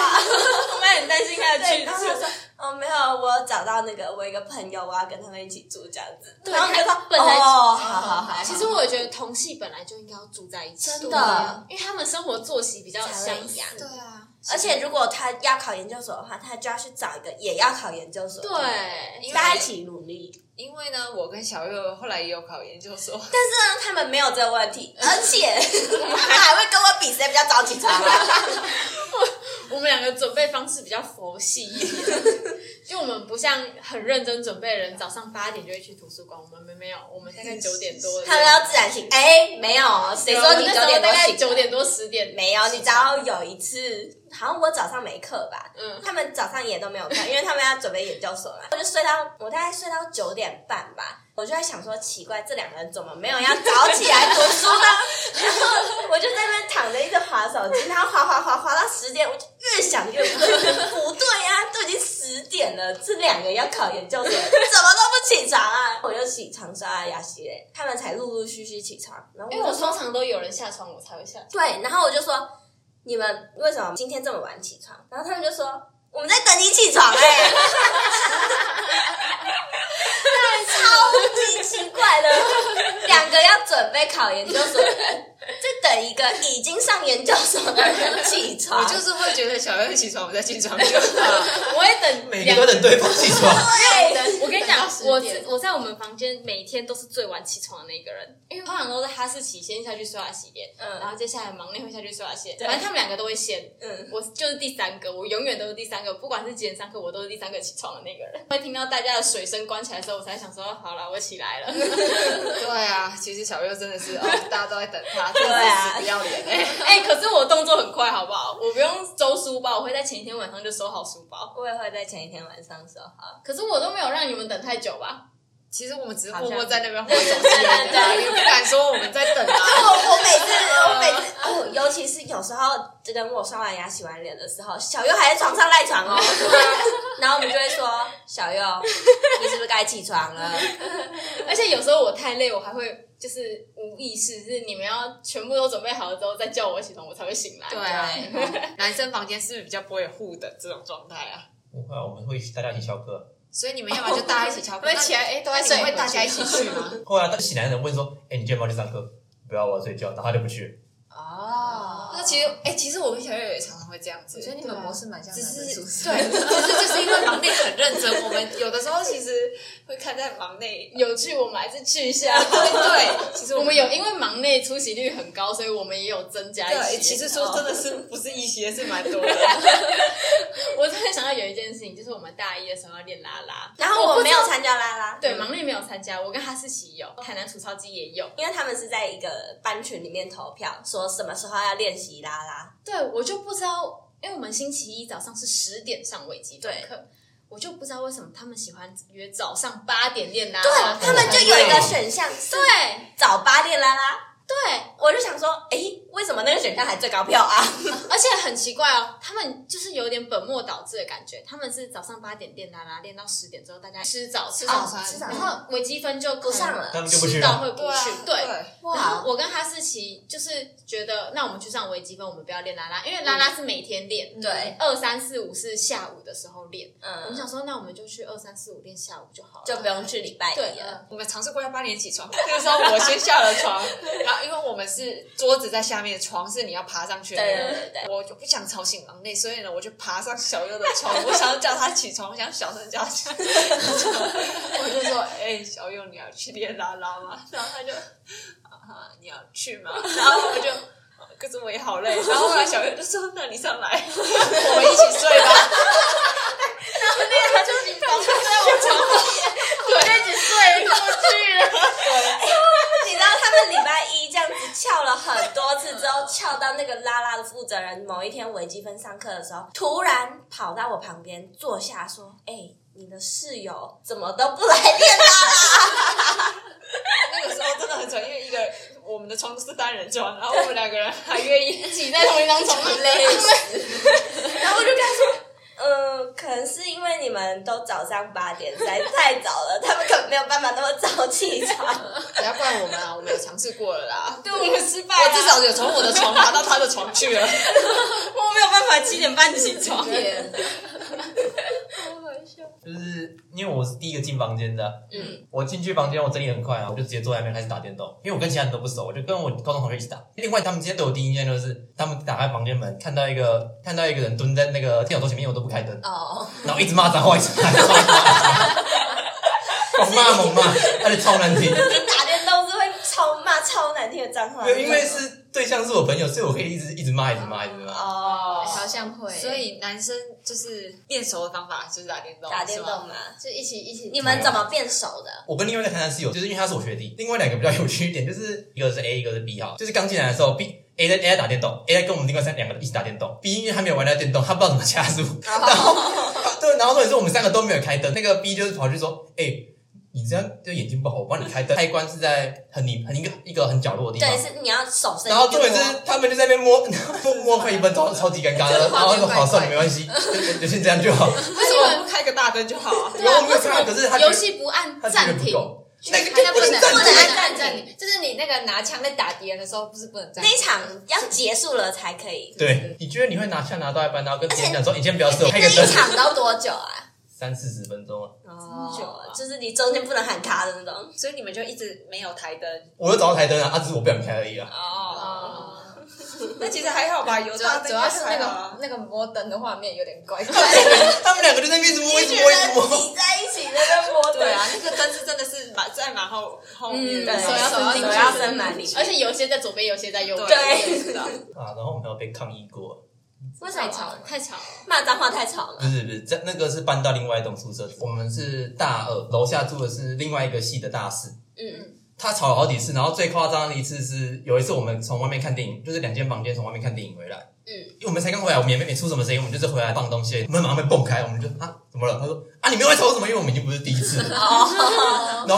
我们很担心他的
对，
去
然后他
处。
说：哦，没有，我有找到那个我有一个朋友，我要跟他们一起住这样子。
对
然后我们就说
他：本来
哦，好好好，
其实我也觉得同系本来就应该要住在一起，
真
对
的
啊因为他们生活作息比较
才会
相
一
似
样。
对啊，
而且如果他要考研究所的话，他就要去找一个也要考研究所的。
对，
大家一起努力。
因为呢，我跟小佑后来也有考研究所，
但是呢，他们没有这个问题，而且他们还会跟我比谁比较早起床。啊
我们两个准备方式比较佛 系一点，就我们不像很认真准备的人，早上八点就会去图书馆，我们没没有，我们大概九点多的时
他
候。
们要自然醒，哎、没有，谁说你
那时
九
候
点
大
多
概
醒？
九点多十点
没有，你知道有一次，好像我早上没课吧，
嗯
他们早上也都没有课，因为他们要准备研究所嘛。我就睡到我大概睡到九点半吧，我就在想说，奇怪，这两个人怎么没有要早起来读书呢？然后我就在那边躺着一直划手机，然后划划划划到十点，我就越想越不对，不对呀、都已经十点了，这两个要考研究所，怎么都不起床啊？我就起床刷牙洗脸，他们才陆陆续续起床，然后
因为
就
我
说
通常都有人下床，我才会下床。
对，然后我就说你们为什么今天这么晚起床？然后他们就说我们在等你起床哎、超级奇怪的，两个要准备考研究所的人，在等一个已经上研究所的人起床。
我就是会觉得小佑起床，我再起床就好。
我会等
每
两
个都等对方起床，
对，
我跟你讲
等到，10
我
点
我在我们房间每天都是最晚起床的那个人，因为通常都是哈士奇先下去刷牙洗脸，
嗯
然后接下来忙内会下去刷牙洗脸，
对
反正他们两个都会先。
嗯，
我就是第三个，我永远都是第三个，不管是几点上课，我都是第三个起床的那个人。会听到大家的水声关起来的时候，我才想说，好了，我起来 了。
对啊，其实小佑真的是，哦，大家都在等他，真
对啊
的是不要脸哎。
哎、可是我动作很快，好不好？我不用收书包，我会在前一天晚上就收好书包。
我也会在前一天晚上说好。
可是我都没有让你们等太久吧？
其实我们只是
好
默
像
默在那边挥手机而已，
对
也不敢说我们在等啊。
我哦我每次我每次哦，尤其是有时候等我刷完牙洗完脸的时候，小优还在床上赖床 哦。然后我们就会说：“小右，你是不是该起床 了
而且有时候我太累，我还会就是无意识，就是你们要全部都准备好了之后再叫我起床，我才会醒来。
对啊，男生房间是不是比较不会有互等这种状态啊？
不会啊，我们会一起大家一起翘课。
所以你们要么就大家一起敲
我们起来，哎，都在睡，
会大家一起去吗？
后来醒来的人问说：“哎、你今天要不要去上课？”不要，我要睡觉。然后他就不去。？”
哦
那其实，哎、其实我跟小月也常常会这样子。啊
我觉得你们模式蛮像
只
男生
是
宿舍，
对，只是就是因为忙内很认真，我们有的时候其实会看在忙内。
有趣，我们还是去一下。
对，其实
我们有因为忙内出席率很高，所以我们也有增加一些。
对，其实说真的是不是一些是蛮多 的，
我突然想到有一件事情，就是我们大一的时候要练拉拉，
然后我
不
没
知
有
道
参加嗯啦啦，
对，忙内没有参加，我跟哈士奇有，台南吐槽机也有。
因为他们是在一个班群里面投票，说什么时候要练习啦啦。
对，我就不知道，因为我们星期一早上是十点上微积分课，我就不知道为什么他们喜欢约早上八点练拉
对
拉。
他们就有一个选项是
对，
早八练啦啦，
对，
我就想说，诶，为什么那个选项还最高票啊？
而且很奇怪哦，他们就是有点本末倒置的感觉。他们是早上八点练啦啦，练到十点之后大家吃早吃
早
早
餐
餐，然后微积分就
不上了
可能
他们就不去
迟
了
到会不
对啊
去，对。然
哇
后，我跟哈士奇就是觉得，那我们去上微积分，我们不要练啦啦，因为啦啦是每天
嗯
练，
对，
二三四五是下午的时候练。我们
嗯，
想说，那我们就去二三四五练下午就好了，
就不用去礼拜一
对
了。
我们尝试过要八点起床，那个时候我先下了床，然后因为我们是桌子在下面，床是你要爬上去的。
对对对对
我就不想吵醒忙内，所以呢，我就爬上小优的床，我想要叫他起床，我想小声叫他起床，我就说：“哎、小优，你要去练拉拉吗？”然后他就：“啊，你要去吗？”然后我就。哦可是我也好累，然后后来小优就说：“那你上来，我们一起睡吧。”
他就是早上在我床你知道他们礼拜一这样子翘了很多次之后，翘到那个拉拉的负责人某一天微积分上课的时候，突然跑到我旁边坐下说：“哎、你的室友怎么都不来练
那个时候真的很蠢，因为一个我们的床都是单人床，然后我们两个人还愿意
挤在同一张床
啦？”累 死。然后我就跟他说。嗯，可能是因为你们都早上八点，实在太早了，他们可能没有办法那么早起床。
不要怪我们啊，我们有尝试过了 啦。
对，我们失败啊
我至少有从我的床爬到他的床去了。
我没有办法七点半起
啊
床。
啊就是因为我是第一个进房间的，嗯，我进去房间我整理很快啊，我就直接坐在那边开始打电动，因为我跟其他人都不熟，我就跟我高中同学一起打。另外他们今天对我第一印象就是，他们打开房间门看到一个看到一个人蹲在那个电脑桌前面，因为我都不开灯，
哦，
然后一直骂脏话，一直骂脏话，猛骂猛骂，而且超难听。
你打电动是会超骂超难听的脏话，
没有，因为是对象是我朋友，所以我可以一直一直骂，一直骂，一直骂。
哦，
好像会，
所以男生就是练熟的方法就是打电动，
打电动
是
嘛
吗。。
就一起一起。
你们怎么变熟的？
我跟另外一个台南室友，就是因为他是我学弟，另外两个比较有趣一点，就是一个是 A，一个是 B 哈，就是刚进来的时候，B A 在 A 在打电动，A 在跟我们另外三两个一起打电动，B 因为他没有玩到电动，他不知道怎么加速，
哦
然后对，然后所以说我们三个都没有开灯，那个 B 就是跑去说，哎、你这样对眼睛不好，我帮你开灯，开关是在很你很一个一个很角落的地
对，
方。
是你要手伸进去摸。
然后重点是，他们就在那边摸 摸摸快一分钟，超级尴尬的。然后说好，算了，没 关系，就就先这样就好。
为什么不开个大灯就好啊？
对啊，
有
为什
看可是
么
他觉得
游戏不按
他觉得
暂
不
停？
够，那
那
个
个不能
暂
不
停
按
能按
暂
暂
停
停，就是你那个拿枪在打敌人的时候，不是不能暂
那
停
一。场要结束了才可以。
对，你觉得你会拿枪拿到一半，然后跟别人讲说，你先不要射，我开
那
个灯
一，场都多久啊？
三四十分钟啊，
哦
久啊，就是你中间不能喊卡的那种。
所以你们就一直没有台灯
我又找到台灯啊，啊，只是我不想开而已啊。
哦。
哦，
那其实还好吧，有
主要
大灯
主要是那
还好
个
啊
那个摩登的画面有点怪怪。
啊他们两个就在那边一直摸，一直摸，一直 摸。
挤在一起在那摸，
对啊，那个灯是真的是蛮在蛮后后
嗯
面，
对，
手
手
要
要
伸进去
手要伸满里 去。
而且有些在左边，有些在右边，
对
是的。
啊，然后我们还有被抗议过，
为什
太吵
么
了，
太吵了。
骂脏话太吵
不
了？
是不是，在那个是搬到另外一栋宿舍，我们是大二，楼下住的是另外一个系的大四。
嗯，
他吵了好几次，然后最夸张的一次是有一次我们从外面看电影，就是两间房间从外面看电影回来，
嗯，
因为我们才刚回来，我们也没没出什么声音，我们就是回来放东西，门马上被蹦开，我们就啊怎么了？他说啊你们又在吵什么？因为我们已经不是第一次了， 然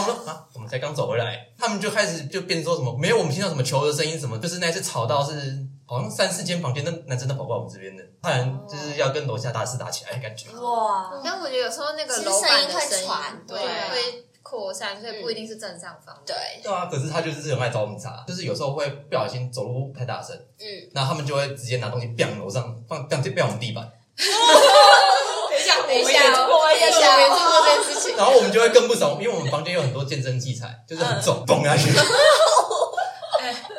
后我们说啊我们才刚走回来，他们就开始就变说什么没有我们听到什么球的声音什么，就是那一次吵到是好像三四间房间，那男生都跑过来我们这边的，不然就是要跟楼下大四打起来的感觉。
哇，
但我觉得有时候那个
其实
楼
声
板
音
的
会
声音
传
对
对啊
会扩散，所以不一定是正上方。
对，
对啊，可是他就是很爱找我们茬，就是有时候会不小心走路太大声，
嗯，
然后他们就会直接拿东西 biang 楼上放 biang 我们地板，
等一下，我
等一
们
下
也
哦，等一下哦，我也做过这件事情。
然后我们就会更不爽，因为我们房间有很多健身器材，就是很重，蹦下去，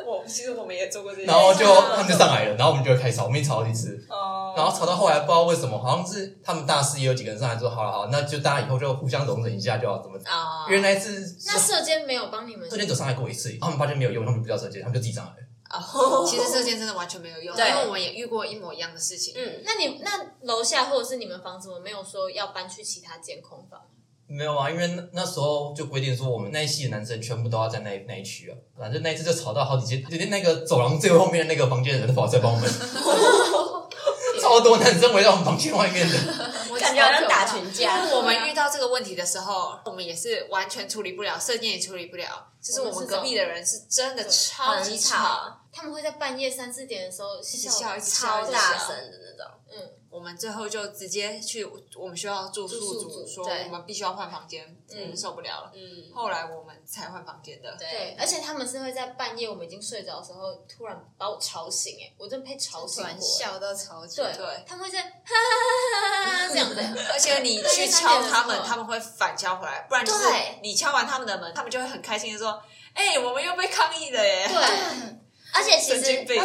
我其实我们也做过这件事，
然后就他们就上来了，然后我们就会开吵，我们一吵好几次，
哦，
然后吵到后来不知道为什么，好像是他们大四也有几个人上来说，好了好了，那就大家以后就互相容忍一下就好，怎么？
哦，
原来是
嗯那射箭没有帮你们
射，箭手上来过一次，他们发现没有用，他们就不叫射箭，他们就自己上来了。
哦，
其实射箭真的完全没有用，因
对
为我们也遇过一模一样的事情。
嗯，
那你那楼下或者是你们房子，我没有说要搬去其他监控房。
没有啊，因为那那时候就规定说，我们那一系的男生全部都要在那那一区啊。反正那一次就吵到好几间，就连那个走廊最后面的那个房间的人都跑出来帮我们，超多男生围在我们房间外面的。
我
感觉好像打群架。
我们遇到到这个问题的时候，我们也是完全处理不了，射箭也处理不了，就是我
我
们
们是
隔壁的人是真的超级
很
吵，
吵，
他们会在半夜三四点的时候
笑
笑
一直笑
超
一直
大
笑
声的那种。
嗯，
我们最后就直接去我们学校住宿
住宿
组
组
说，
对
我们必须要换房间，我们受不了了。
嗯，
后来我们才换房间的，
对，而且他们是会在半夜我们已经睡着的时候，突然把我吵醒，哎，我真的被吵
突
醒
然
过。哎
笑到超级
对，
对
他们会在 哈哈哈哈哈这样子，
而且你去敲他们，他们会反敲回来，不然就是
对
你敲完他们的门，他们就会很开心的说：“哎、我们又被抗议了耶
对，
而且！”其
神
实
经病，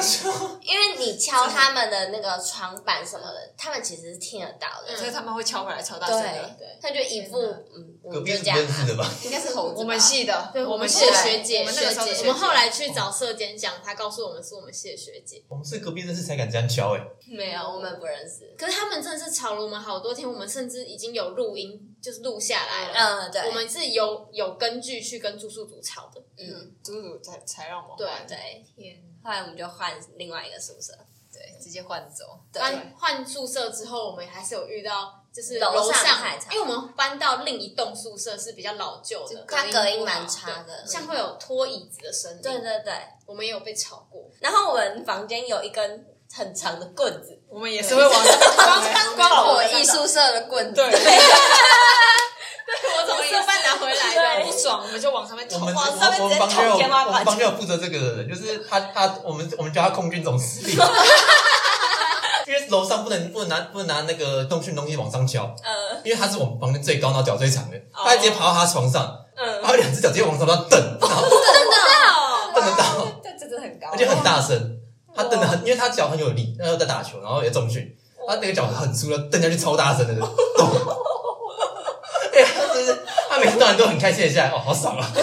因为你敲他们的那个床板什么的，他们其实是听得到的。
所以他们会敲回来，超大声
对
的。
嗯对
他就一副
天哪
嗯，我
隔
们
壁
就是这
不
样
认。识的吧？
应该是猴子吧。
我们系的，
对，我们
系
谢
的
学姐，
我们那个时候是
学
学
姐
姐，
我们后来去找社监讲，他告诉我们是我们谢学姐。
我们是隔壁认识才敢这样敲哎、
没有，我们不认识。
可是他们真的是吵了我们好多天，我们甚至已经有录音，就是录下来了。
嗯，对，
我们是有有根据去跟住宿组吵的。
嗯
嗯，祖祖才才让我
对
换
对。
天，
后来我们就换另外一个宿舍，
对，直接换走。
对，
搬换宿舍之后，我们还是有遇到，就是
楼
楼
上太吵
因为我们搬到另一栋宿舍是比较老旧的，
它
不好
隔音蛮差的。
像会有拖椅子的声音。
对对对，
我们也有被吵过。
然后我们房间有一根很长的棍子，
我们也是会往上光
光
我
火艺术社的棍子，
对，
我
从社办拿回来
对
的
不爽我们就往上面
我
捅，
们
往
我
上面
我
直
们
接
房间有
捅
我
天花
们
板。
房间有负责这个的人，就是他他我们我们叫他空军总司 令，因为楼上不能不能拿不能拿那个动讯东西往上敲，
呃
因为他是我们房间最高，然后脚最长的，
哦
他还直接爬到他床上，
嗯，
然后两只脚直接往上面蹬，然后
真的，
蹬得到，
这真的很高
而且很大声，他蹬的很，因为他脚很有力，那时候在打球，然后也重训，他那个脚很粗，蹬下去超大声的，咚。哎，他就是他每次当然都很开心的下来，哦，好爽啊！
这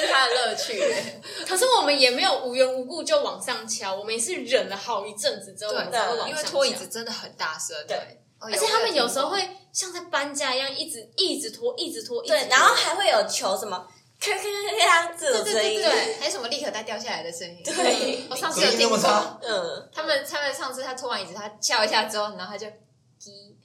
是他的乐趣耶。
可是我们也没有无缘无故就往上敲，我们也是忍了好一阵子之后，我
对
们才会往上
因为拖椅
敲
子真的很大声，
对
而
而且他们有时候会像在搬家一样，一直一直拖，一直拖，一直
对，
拖
然后还会有球什么，咔咔咔咔这
对
种
对
声
对
音，
对，还有什么立刻带掉下来的声音？
对
我上次
隔
有
音
听
那么
过。
差，
嗯，
他们他们上次他拖完椅子，他翘一下之后，然后他就滴，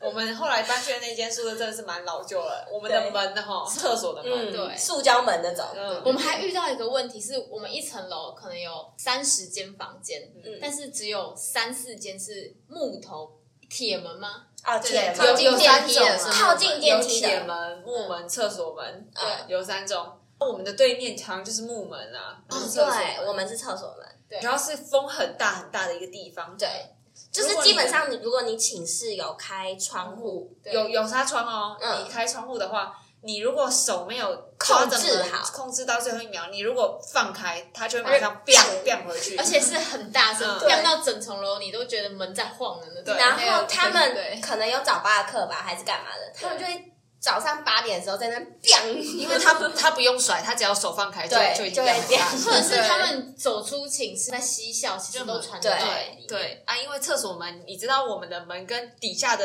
我们后来搬去的那间宿舍真的是蛮老旧了，我们的
对
门哈，厕所的门，
嗯，
对
塑胶门那种，
嗯
我们还遇到一个问题，是我们一层楼可能有三十间房间，
嗯
但是只有三四间是木头铁门吗？
啊，铁
靠
门
近电梯的
有三种
时
啊
候，
靠近电
有
梯
铁
的，
门、木门、厕所门，啊
嗯
有三种。我们的对面墙就是木门啊，
嗯
就是厕所
对，我们是厕所门，
对
然后是风很大很大的一个地方，
对，就是基本上你如果你寝室有开窗户，
对
有有纱窗哦。
嗯
你开窗户的话，你如果手没有抓着门
控制好
控制到最后一秒，你如果放开，它就会马上 biang biang 回去。
而且是很大声，
嗯
亮到整层楼，你都觉得门在晃的那种
对。
然后他
对
们
对
可能有早八课吧，还是干嘛的，他们就会早上八点的时候在那
因
，biang，
为它不它不用甩，它只要手放开就
对
就已
就
经
会
biang 大
biang
或者是他们走出寝室在嬉笑，其实都传得
对
到耳
对
里，
对啊，因为厕所门，你知道我们的门跟底下的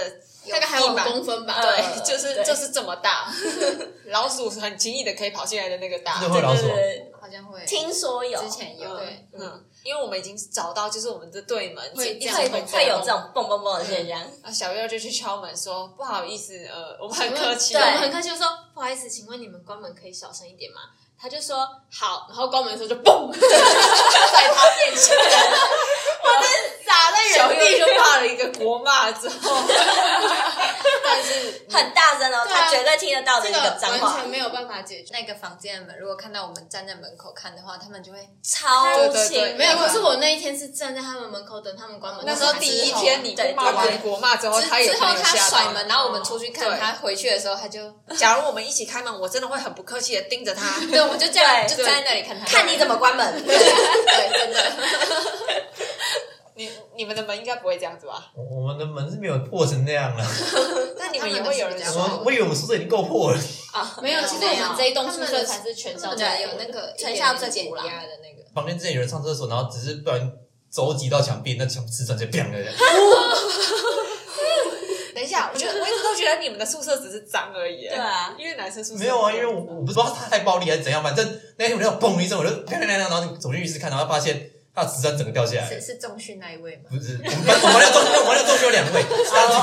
大概还有
地
五
板
公分吧。
对， 就是
对
就是这么大， 老鼠很轻易的可以跑进来的那个大
真。的会老鼠。
对
好像会
听说有
之前有
对
嗯，因为我们已经找到，就是我们的对门
会
这样
会
蹦蹦
会有这种蹦蹦蹦的现象，
啊，小月就去敲门说：“不好意思，呃，我们很客气。”
对，我们
对
很客气地说不好意思，请问你们关门可以小声一点吗？他就说好，然后关门的时候就嘣，
在他面前，
傻在
小月就骂了一个国骂之后，
但是
很大声哦，
对啊
他绝对听得到的
这
一
个
个脏
完
话
全，没有办法解决。
那个房间的门，如果看到我们站在门口看的话，他们就会
超
对对对
轻，
没有，可是我那一天是站在他们门口等他们关门。
那时候第一天你被骂完国骂之后，
之
他也
之后
没有
他
吓到
甩门，然后我们出去
对
看他回去的时候，他就
假如我们一起开门，我真的会很不客气的盯着他。
对，我们就这样
哎对
就站在那里看他，
看你怎么关门，
对，真 的
你你们的门应该不会这样子吧？
我我们的门是没有破成那样了，
那你们也会有人
他
我
们的
们
说，
我以为我们宿舍已经够破了，
没有，其实我们这一栋宿舍才是全校
真
最
的
多
有那个
成效最
减
古老
压的那个，
房间之前有人上厕所，然后只是不然肘击到墙壁，那墙瓷砖就砰了这样。
等一下，我觉得我一直都觉得你们的宿舍只是脏而已。
对啊，
因为男生宿舍
没有啊，因为我我不知道他太暴力还是怎样，反正那天我就砰一声，我就砰砰砰，然后走进浴室看，然后发现他的瓷砖整个掉下来。
是是重训那一位吗？
不是，我们班我们班要中，我们班要中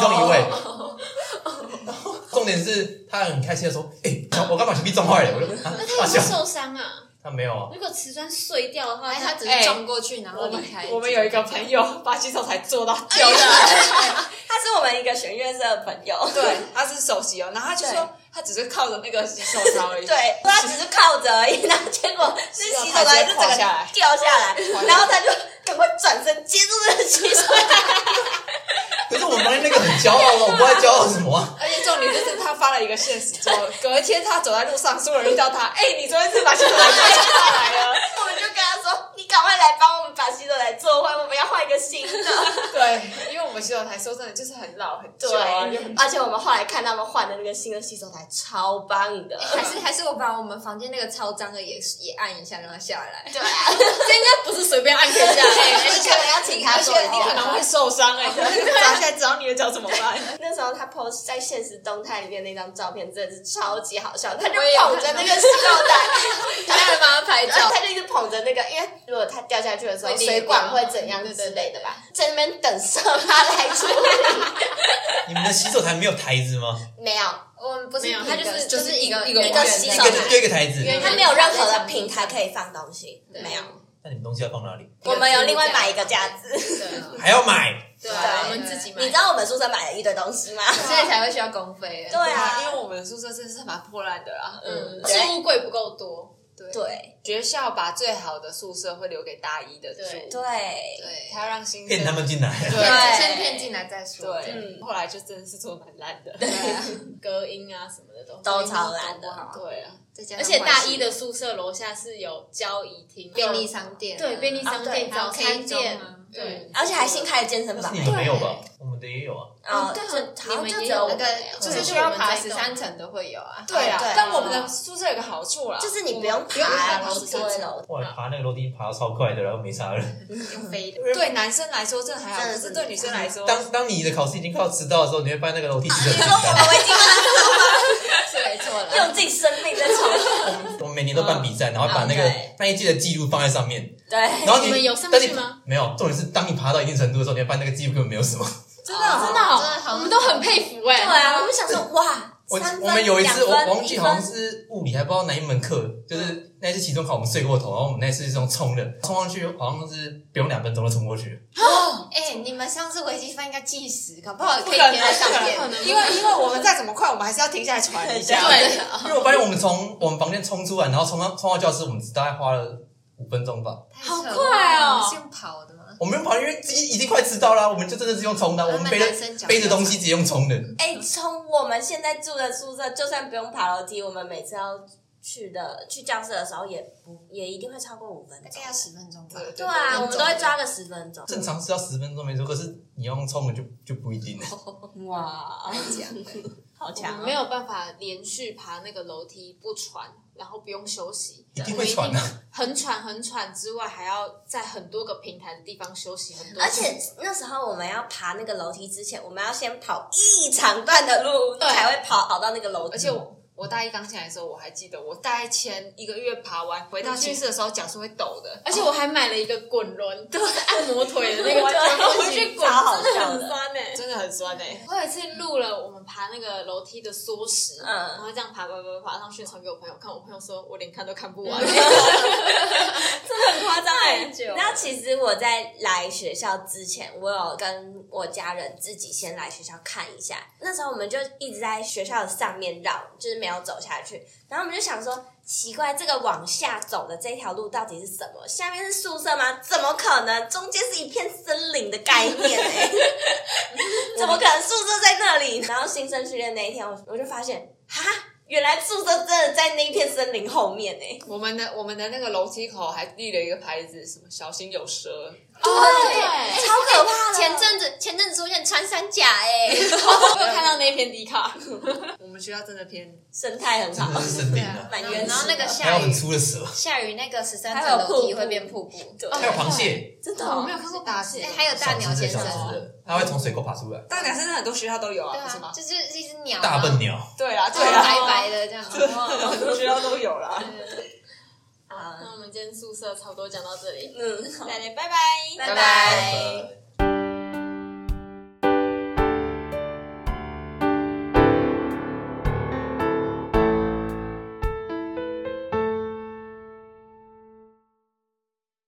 他很开心的说：“哎、我刚把墙壁撞坏了。”我就啊
那他
大
有没
笑
有，受伤 啊？
他没有啊，
如果瓷砖碎掉的话，
哎，他只
哎
是撞过去然后离开。
我们有一个朋友巴西手才做到
有
掉
的
下来。
他是我们一个选乐社的朋友，
对，他是首席哦，然后他就说他只是靠着那个洗手槽而已。
对，他只是靠着而已，然 后结果那洗手台就整个掉下来，然后他就赶快转身接住那个洗手台，
可是我们那个很骄傲啊，我不知道骄傲什么啊。
而且重点就是他发了一个现实之 后，隔一天他走在路上，所有人遇到他，哎、你昨天是把洗手台掉下来了。
我们就跟他说：“你赶快来帮我们把洗手台做坏，我们要换一个新的。
对，因为我们洗手台说真的就是很老很”旧啊，又
对，
很
而且我们后来看他们换的那个新的洗手台超棒的，
哎还是还是我把我们房间那个超脏的也也按一下，让它下 来。
对啊，
这应该不是随便按可以下来。
而且要请他
而
做
且
一
你可
下。
能会受伤哎、啊那个砸下来砸到你的脚怎么 办？
那时候他 post 在现实动态里面那张照片真的是超级好笑，他就
我也有
捧着那个洗手台，
他还帮他拍
然后
照，
他就一直捧着那个，因为如果它掉下去的时候，
会裂
水管
掉
会怎样之类的吧，在那边等射他来处理。
你们的洗手台没有台子 吗？
没有，
我们不是
没有他
平
就是
的
就是
一个
一个
圆
圆
的
的洗
一
手
个
台
就一个台子，
因为
它没有任何的平台可以放东西，
对
没有。
那你们东西要放哪里？
我们有另外买一个架子，
对啊
还要买？
对
啊
我们自己买。
你知道我们宿舍买了一堆东西吗？
所以才会需要公费。
对啊，
因为我们的宿舍真的是蛮破烂的啦。
嗯，
对
置物柜不够多，
对，
对
学校把最好的宿舍会留给大一的住，
对
对，
对，
他让新生
骗他们进来？
对
对，先骗进来再说。
对，
嗯
后来就真的是做得蛮烂的。
对啊
隔音啊什么的都。
都超烂
多
的。
不好
对啊，
再加上
而且大一
换
的宿舍楼下是有交易厅、
便利商店啊，
对便利商店、
啊对
早餐店
还有 K 中啊，
对，
而且还新开了健身
但
房
哦是你，们没有吧？我们的也有啊。
啊，
嗯对啊
就好像
你
就
们
只
也
有
有那
我们
个，
就
哦就是是
需
需
要
要
爬
爬
13
13层的会有啊。
对啊
对，
但我们的宿舍有个好处啦，
就是你不用
不用爬
爬
楼
楼
梯
梯楼，
哇，爬那个楼梯爬到超快的，然后没差了。
用飞的，
对男生来说真的还好，
真
可
的
是对女生来说，
当当你的考试已经快要迟到的时候，你会发现那个楼梯其实很 简
我
单。
们已经
是没错了。
用尽生命在重
我们每年都办比赛，然后把那个
对
那一季的记录放在上面。
对，
然后
哎你们有上去
但是
吗？
没有，重点是当你爬到一定程度的时候，你会发现那个记录根本没有什么。
真的哦
真的哦
真的好，
我们都很佩服
对
哎。
啊，我们想说哇，
我
三分
我们有一次，
两
我
分
我忘记
一
好像
分
是物理，还不知道哪一门课，就是那一次期中考我们睡过头，然后我们那一次是用冲的，冲上去好像是不用两分钟就冲过去。
哎，你们上次微积分应该计时，搞不好可以
不可能
贴在上
不可
面。
能
因为因为我们再怎么快，我们还是要停下来喘一下。
对，
因为我发现我们从我们房间冲出来，然后冲到冲到教室，我们只大概花了五分钟吧。
好
好快哦
是用跑的吗？
我们用跑，因为已已经快迟到啊啦，我们就真的是用冲的，
慢
我
慢
们背着
男生脚
背着东西直接用冲的。
哎，从我们现在住的宿舍，就算不用爬楼梯，我们每次要去的去教室的时候，也不也一定会超过五分
大
钟
概。要十分钟吧。
对
对啊，我们都会抓个十分钟。
正常是要十分钟没错，可是你要用冲的就就不一定了。
哇，
这样
好
我们
强
没
哦！
有办法连续爬那个楼梯不喘，然后不用休息，
一定会喘啊
我们一定很喘很喘之外，还要在很多个平台的地方休息很多
而
次，
且那时候我们要爬那个楼梯之前，我们要先跑一长段的路，
对
才会跑跑到那个楼梯。
而且我我大一刚进来的时候，我还记得我大概前一个月爬完回到寝室的时候，脚是会抖的。
而且我还买了一个滚轮，就是按摩腿的那个
我觉得
滚轮去滚，
超好
真的
笑的
很酸哎、
真的很酸哎、
我有一次录了我们爬那个楼梯的缩时，
嗯
然后这样爬爬爬爬上去，传给我朋友看，我朋友说我连看都看不完，
嗯很夸张
太
哎、
久了
然后其实我在来学校之前，我有跟我家人自己先来学校看一下。那时候我们就一直在学校的上面绕，就是没有走下去。然后我们就想说，奇怪，这个往下走的这条路到底是什么？下面是宿舍吗？怎么可能？中间是一片森林的概念哎、 怎么可能宿舍在那里？然后新生训练那一天，我我就发现，哈，原来宿舍真的在那一片森林后面哎、
我们的我们的那个楼梯口还立了一个牌子，什么小心有蛇。
对，
超可怕的！
前阵子前阵子出现穿山甲哎，
我 有看到那篇迪卡，
我们学校真的偏
生态很
真
好
的，是生病啊，
蛮原始的。
然后那个
还有
下
很
雨
粗的蛇，
下雨那个十三
还
层
有
楼
瀑
梯
布
会变瀑布，
对，
还有螃蟹，
真的、
我
哦
没有看过
大
大
事
事
哎，，还有大
小
鸟
只的
先
小
生，
只的，它会从水沟爬出来。
大鸟现在很多学校都有
对
啊，不是
啊
吗，？
就是一只鸟，
大笨，鸟，
对啦，
对
对
啊，
啦，
白白的这 样，哇
很多学校都有啦。
那我们今天宿舍差不多讲到这里。
嗯，
大家拜拜，
拜
拜
拜。
呃